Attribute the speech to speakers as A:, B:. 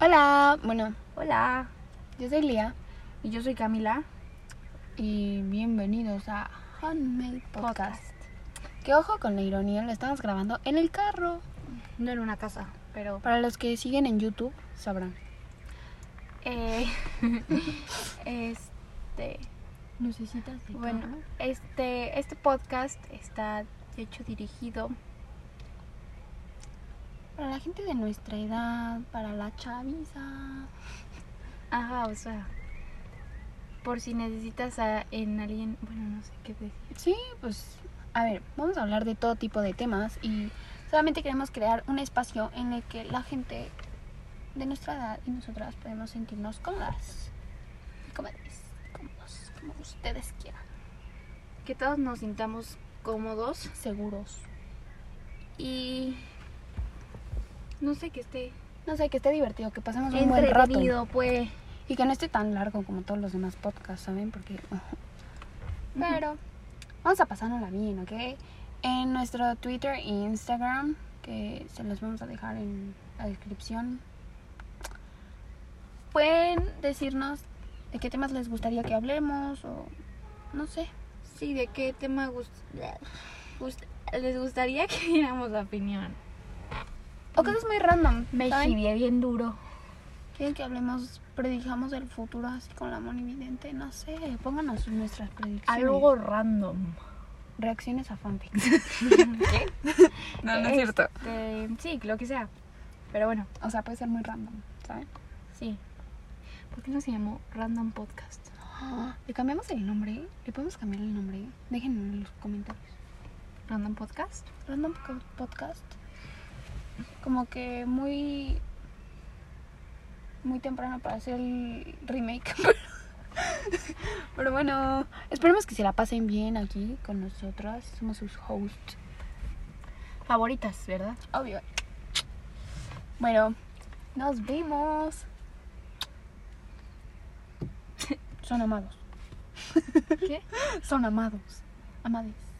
A: Hola, bueno,
B: Hola,
A: yo soy Lía
B: y yo soy Camila.
A: y bienvenidos a Handmade Podcast. Que ojo con la ironía, lo estamos grabando en el carro.
B: No en una casa, pero...
A: Para los que siguen en YouTube, sabrán.
B: eh, este...
A: ¿Necesitas
B: Bueno, este, este podcast está hecho dirigido...
A: Para la gente de nuestra edad, para la chaviza.
B: Ajá, o sea... Por si necesitas a, en alguien... Bueno, no sé qué decir.
A: Sí, pues, a ver, vamos a hablar de todo tipo de temas y solamente queremos crear un espacio en el que la gente de nuestra edad y nosotras podemos sentirnos cómodas. Cómodas, cómodos, como ustedes quieran.
B: Que todos nos sintamos cómodos
A: Seguros.
B: y... No sé, que esté
A: No sé, que esté divertido, que pasemos un buen rato.
B: entretenido, pues.
A: Y que no esté tan largo como todos los demás podcasts, ¿saben? Porque... Pero vamos a pasárnosla bien, ¿ok? En nuestro Twitter e Instagram, que se los vamos a dejar en la descripción, pueden decirnos de qué temas les gustaría que hablemos o no sé.
B: Sí, ¿de qué tema gust- gust- les gustaría que diéramos la opinión?
A: O cosas muy random.
B: Me
A: ¿saben?
B: chivié bien duro.
A: ¿Quieren que hablemos, predijamos el futuro así con la monividente? No sé, pónganos nuestras predicciones.
B: Algo random.
A: Reacciones a fanfics.
B: ¿Qué?
A: No, no es cierto.
B: Este, sí, lo que sea. Pero bueno,
A: O sea, puede ser muy random, ¿saben?
B: sí. ¿Por qué no se llamó Random Podcast?
A: Le cambiamos el nombre. Le podemos cambiar el nombre. Déjenlo en los comentarios.
B: ¿Random Podcast?
A: Random Co- Podcast. Como que muy. Muy temprano para hacer el remake. Pero bueno, esperemos que se la pasen bien aquí con nosotras. Somos sus hosts.
B: Favoritas, ¿verdad?
A: Obvio. Bueno, nos vemos. Son amados.
B: ¿Qué?
A: Son amados. Amades.